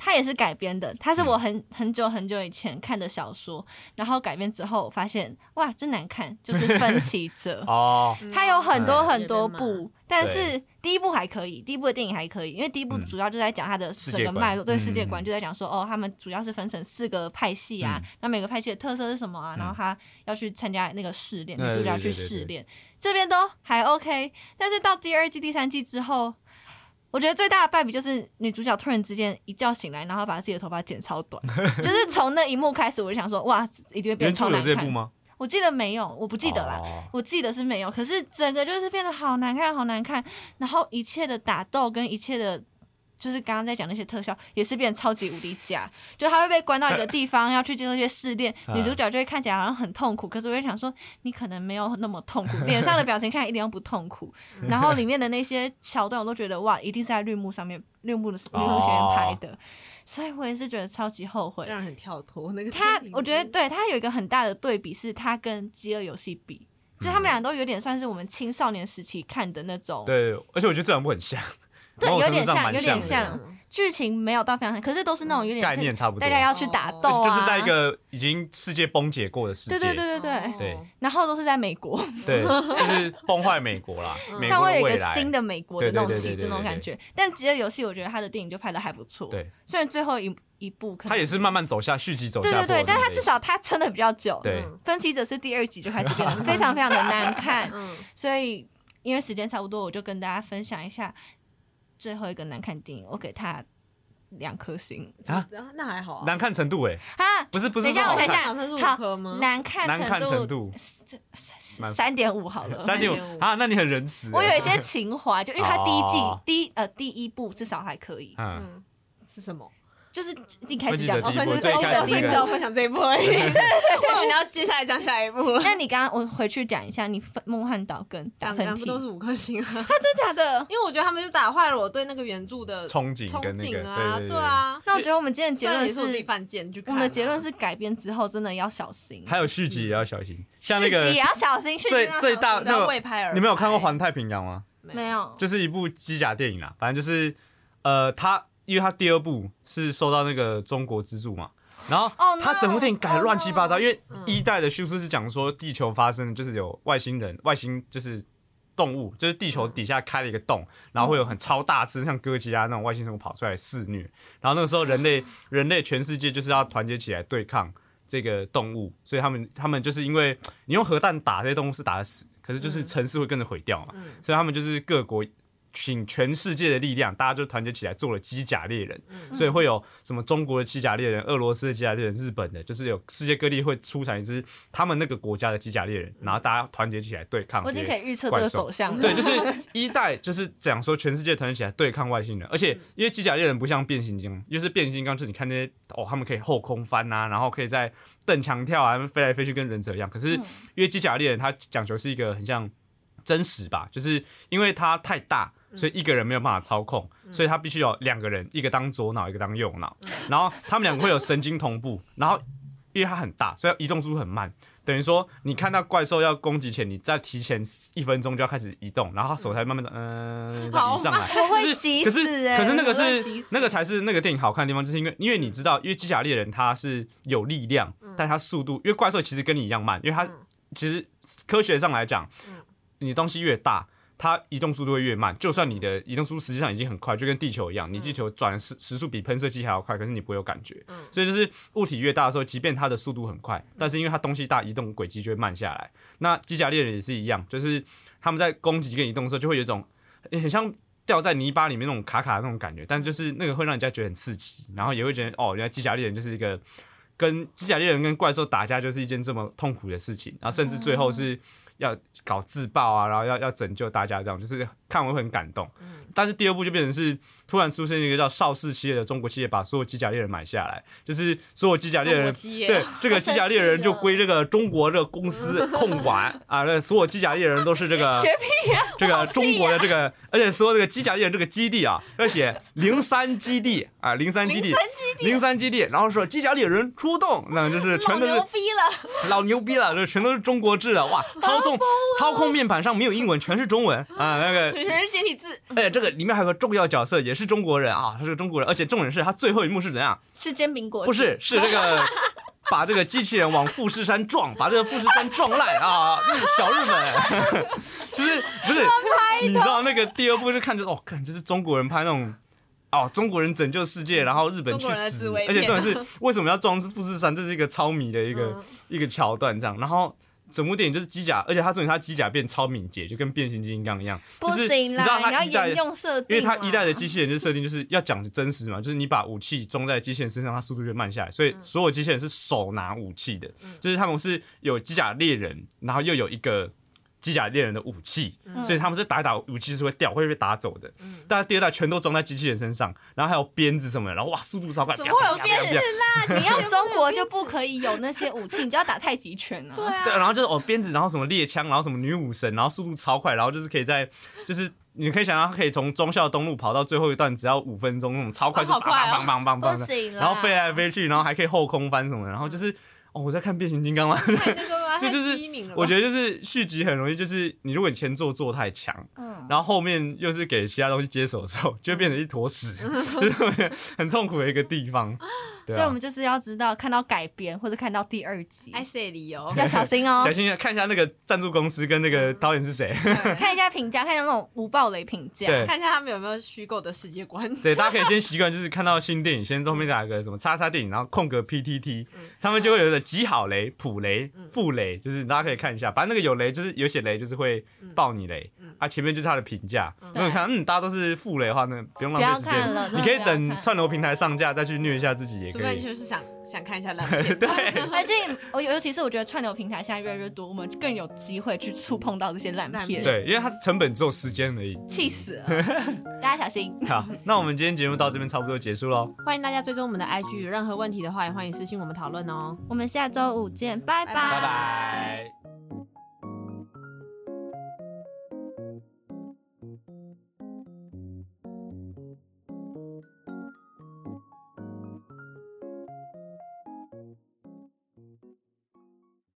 A: 它也是改编的，它是
C: 嗯
A: 我很很久很久以前看的小说，然后改编之后我发现，哇，真难看，就是《分歧 者》。
C: 哦，
A: 它有很多
B: 嗯
A: 很多
B: 有点
A: 部，但是第一部还可以，第一部的电影还可以，因为第一部
C: 嗯
A: 主要就在讲它的
C: 世
A: 整
C: 界
A: 个
C: 观
A: 脉络，对
C: 嗯
A: 世界观
C: 嗯
A: 就在讲说，哦，他们主要是分成四个派系啊
C: 嗯，
A: 那每个派系的特色是什么啊？然后他要去参加那个试炼，
C: 对
A: 女主角
C: 哎对对
A: 去
C: 对
A: 试
C: 对
A: 炼，这边都还 OK，但是到第二季、第三季之后。我觉得最大的败笔就是女主角突然之间一觉醒来，然后把自己的头发剪超 短，就是从那一幕开始，我就想说，哇，一定会变
C: 原
A: 超
C: 著
A: 难
C: 有这
A: 看。
C: 部吗？
A: 我记得没有，我不记得啦。
C: 哦
A: 我记得是没有，可是整个就是变得好难看，好难看。然后一切的打斗跟一切的，就是刚刚在讲那些特效，也是变得超级无敌假。就他会被关到一个地方，要去接受一些试炼，
C: 啊
A: 女主角就会看起来好像很痛苦，可是我就想说，你可能没有那么痛苦，脸上的表情看起来一点都不痛苦。然后里面的那些桥段，我都觉得哇，一定是在绿幕上面、绿幕的绿幕前面拍的，所以我也是觉得超级后悔。
B: 让人很跳脱那个电
A: 他
B: 影。
A: 我觉得对他有一个很大的对比，是他跟《饥饿游戏》比，就他们俩都有点算是我们青少年时期看的那种，
C: 嗯对，而且我觉得这两部很像，
A: 对
C: 某种程
A: 有点
C: 度上
A: 像
C: 蛮
A: 有点
C: 的
A: 像剧情没有到非常像，可是都是那种有点
C: 概念差不多
A: 大家要去打斗啊，
C: 就是在一个已经世界崩解过的世
A: 对
C: 界，
A: 对对对对，
B: 哦
C: 对
A: 然后都是在美国，
C: 对，就是崩坏美国啦，
A: 嗯
C: 美
A: 它
C: 国
A: 会
C: 的
A: 有一
C: 未
A: 个
C: 来。
A: 新的美国的那种
C: 对对对
A: 气质
C: 对对
A: 那种感觉。但《饥饿游戏》我觉得他的电影就拍的还不错，
C: 对，
A: 虽然最后一一部可能
C: 他也是慢慢走下续集走
A: 对
C: 下
A: 对
C: 坡的那
A: 对
C: 一，种，
A: 但他至少他撑的比较久，
C: 对
B: 嗯
A: 分歧者是第二集就开始变得非常非常的难看，
B: 嗯，
A: 所以因为时间差不多，我就跟大家分享一下最后一个难看电影，我给他两颗星
C: 啊
B: 啊，那还好啊。
C: 难看程度哎，
A: 啊。
C: 不是不
A: 等
C: 是
A: 一
C: 说
A: 下，
C: 好
A: 我看一
C: 看，
A: 下，
B: 好看是五颗吗
A: 好难看
C: 难看程
A: 程
C: 度蛮
A: 三点五好了。
C: 三点五
B: 3.5
C: 啊，那你很仁慈 欸。
A: 我有 一些情怀，就因为他第一季
C: 哦
A: 第一呃第一部至少还可以，
C: 嗯，
B: 嗯，是什么？
A: 就是一开始
C: 分歧
A: 讲
C: 者第一部
A: 哦分歧者
C: 最一
B: 我
C: 开
A: 第
C: 始
A: 一部
B: 我所以
C: 那
B: 只
C: 个
B: 有分享这一部而 已。为你要接下来讲下一部。
A: 那你刚刚我回去讲一下，你分梦幻岛跟打
B: 两
A: 喷
B: 两部都
A: 嚏，
B: 是五颗星啊，
A: 真假的？
B: 因为我觉得他们就打坏了我对那个原著的
C: 憧憬
B: 憧
C: 跟那个
B: 憬啊，
C: 对对对
B: 对啊。
A: 那我觉得我们今天的结
B: 虽然
A: 论
B: 也是我自己
A: 是，
B: 犯贱去
A: 我
B: 看啊。
A: 们的结论是改编之后真的要小心，
C: 还有续集也要小心，像那
A: 续集啊
C: 个
A: 也要小心，续集
C: 最
A: 要小
C: 最
A: 心
C: 大
B: 不
C: 那
B: 要
C: 个
B: 为拍而拍。
C: 你们有看过《环太平洋》吗？
A: 没？有，
C: 就是一部机甲电影啦，反正就是呃，他因为他第二部是受到那个中国资助嘛，然后
A: Oh no，
C: 他整部电影改的乱七八糟
A: oh
C: 因为一代的叙述是讲说地球发生就是有外星人、外星就是动物，就是地球底下开了一个洞，然后会有很超大只像哥吉拉那种外星生物跑出来肆虐，然后那个时候人类人类全世界就是要团结起来对抗这个动物，所以他们他们就是因为你用核弹打这些动物是打得死，可
A: 嗯
C: 是就是城市会跟着毁掉嘛，
B: 嗯
C: 所以他们就是各国请全世界的力量，大家就团结起来做了机甲猎人，
B: 嗯
C: 所以会有什么中国的机甲猎人、俄罗斯的机甲猎人、日本的，就是有世界各地会出产一支他们那个国家的机甲猎人，然后大家团结起来对抗
A: 嗯我
C: 这
A: 已
C: 些
A: 经
C: 怪兽。
A: 可以预测这个走向了。
C: 对，就是一代就是讲说全世界团结起来对抗外星人，而且因为机甲猎人不像变形金刚，又是变形金刚，就是你看那些哦，他们可以后空翻呐、然后可以在蹬墙跳啊，他们飞来飞去跟忍者一样。可
A: 嗯
C: 是因为机甲猎人它讲求是一个很像真实吧，就是因为它太大。所以一个人没有办法操控，所以他必须有两个人，一个当左脑，一个当右脑，然后他们两个会有神经同步，然后因为它很大，所以移动速度很慢。等于说，你看到怪兽要攻击前，你在提前一分钟就要开始移动，然后它手才慢慢的嗯、
B: 好
C: 移上来。
A: 我会
C: 就是
A: 急
C: 可
A: 死
C: 是
A: 欸
C: 可是那个
A: 我会急
C: 是
A: 死
C: 那个才是那个电影好看的地方，就是因为因为你知道，因为机甲猎人它是有力量，
A: 嗯
C: 但它速度，因为怪兽其实跟你一样慢，因为它
B: 嗯
C: 其实科学上来讲
B: 嗯，
C: 你东西越大，它移动速度会越慢。就算你的移动速度实际上已经很快，就跟地球一样，你
A: 嗯
C: 地球转时时速比喷射机还要快，可是你不会有感觉。
B: 嗯
C: 所以就是物体越大的时候，即便它的速度很快，但是因为它东西大，移动轨迹就会慢下来。那机甲猎人也是一样，就是他们在攻击跟移动的时候，就会有一种欸很像掉在泥巴里面那种卡卡的那种感觉，但就是那个会让人家觉得很刺激，然后也会觉得哦，原来机甲猎人就是一个跟机甲猎人跟怪兽打架就是一件这么痛苦的事情，然后甚至最后是要搞自爆啊，然后要要拯救大家这样，就是看完会很感动。但是第二部就变成是突然出现一个叫邵氏企业的中国企业把所有机甲猎人买下来，就是所有机甲猎
B: 中国
C: 人
B: 企业
C: 对这个机甲猎人就归这个中国这个公司控 管啊，那所有机甲猎人都是这个
A: 学屁呀、
C: 这个中国的这个，而且说这个机甲猎人这个基地啊，而 且零三基地啊，零三基地，零三基地，然后说机甲猎人出动，那就是
B: 老
C: 全都是
B: 牛逼了，
C: 老牛逼了，这全都是中国制的，哇，操纵操控面板上没有英文，全是中文啊，那个
B: 对，全是简体 字，
C: 而且这个里面还有个重要角色，也是中国人啊，他是个中国人，而且重点是他最后一幕是怎样？
A: 吃煎饼果子
C: 不是，是 那个把这个机器人往富士山撞，把这个富士山撞烂啊！那个小日本， 就是不是？你知道那个第二部就看就是哦，看就是中国人拍那种。哦，中国人拯救世界，然后日本
B: 中
C: 去
B: 国人的
C: 死
B: 自，卫
C: 而且
B: 片
C: 重点是为什么要撞富士山？这是一个超迷的一个、
B: 嗯
C: 一个桥段，这样。然后整部电影就是机甲，而且它重点它机甲变超敏捷，就跟变形金刚一样，
A: 不
C: 就是
A: 行
C: 你知
A: 啦，
C: 道它
A: 你要
C: 一代
A: 沿用设
C: 因
A: 定啊
C: 为
A: 啦，
C: 它一代的机器人就设定就是要讲真实嘛，就是你把武器装在机器人身上，它速度就会慢下来，所以
B: 嗯
C: 所有机器人是手拿武器的，就是他们是有机甲猎人，然后又有一个机甲猎人的武器，
A: 嗯
C: 所以他们是打一打武器是会掉，会被打走的。
B: 嗯
C: 但是第二代全都装在机器人身上，然后还有鞭子什么的，然后哇，速度超快，
B: 怎么会有
C: 啪啪啪啪啪
B: 鞭子
A: 你 要中国就不可以有那些武器，你就要打太极拳啊。
B: 对啊，
C: 对，然后就是哦鞭子，然后什么猎枪，然后什么女武神，然后速度超快，然后就是可以在就是你可以想象，可以从忠孝东路跑到最后一段只要五分钟那种超快速，
B: 哦好快哦
C: 棒棒棒棒
A: 不
C: 棒的，
A: 行啦，
C: 然后飞来飞去，然后还可以后空翻什么的，然后就是哦我在看变形金刚吗？
B: 太那个吧，
C: 这
B: 太
C: 就是
B: 机敏了吧，
C: 我觉得就是续集很容易就是你如果你前作做太强，
A: 嗯，
C: 然后后面又是给其他东西接手之后，就会变成一坨屎，就是 很痛苦的一个地方。
A: 嗯
C: 对
A: 所以我
C: 啊
A: 们。就是要知道看到改编或者看到第二集
B: 爱谁理由，
A: 要嗯小心哦
C: 小，心看一下那个赞助公司跟那个导演是谁。
A: 看一下评价，看一下那种无暴雷评价。
C: 对，
B: 看一下他们有没有虚构的世界观。
C: 对，大家可以先习惯，就是看到新电影，先后面打个什么叉叉电影，然后空格 PTT，他
B: 嗯
C: 们就会有的极好雷、普雷、负雷，就是大家可以看一下。反正那个有雷，就是有写雷，就是会爆你雷
B: 嗯。
C: 啊，前面就是他的评价。如果
A: 对
C: 你看，嗯，大家都是负雷的话，那不用
A: 不
C: 浪
A: 要
C: 费时
A: 看
C: 间。
A: 了，
C: 你可以
A: 真的不要
C: 等
A: 看
C: 串流平台上架再去虐一下自己 也
B: 除
C: 可
B: 非你
C: 以。
B: 就是想想看一下 烂片，
A: 而且我尤其是我觉得串流平台现在越来越多，我们更有机会去触碰到这些烂
B: 烂
A: 片，
B: 片
C: 对，因为它成本只有时间而已。
A: 气死 了！大家小心。
C: 好，那我们今天节目到这边差不多结束喽，
B: 欢迎大家追踪我们的 IG，有任何问题的话也欢迎私信我们讨论哦。
A: 我们下周五见，拜
B: 拜
C: 拜拜。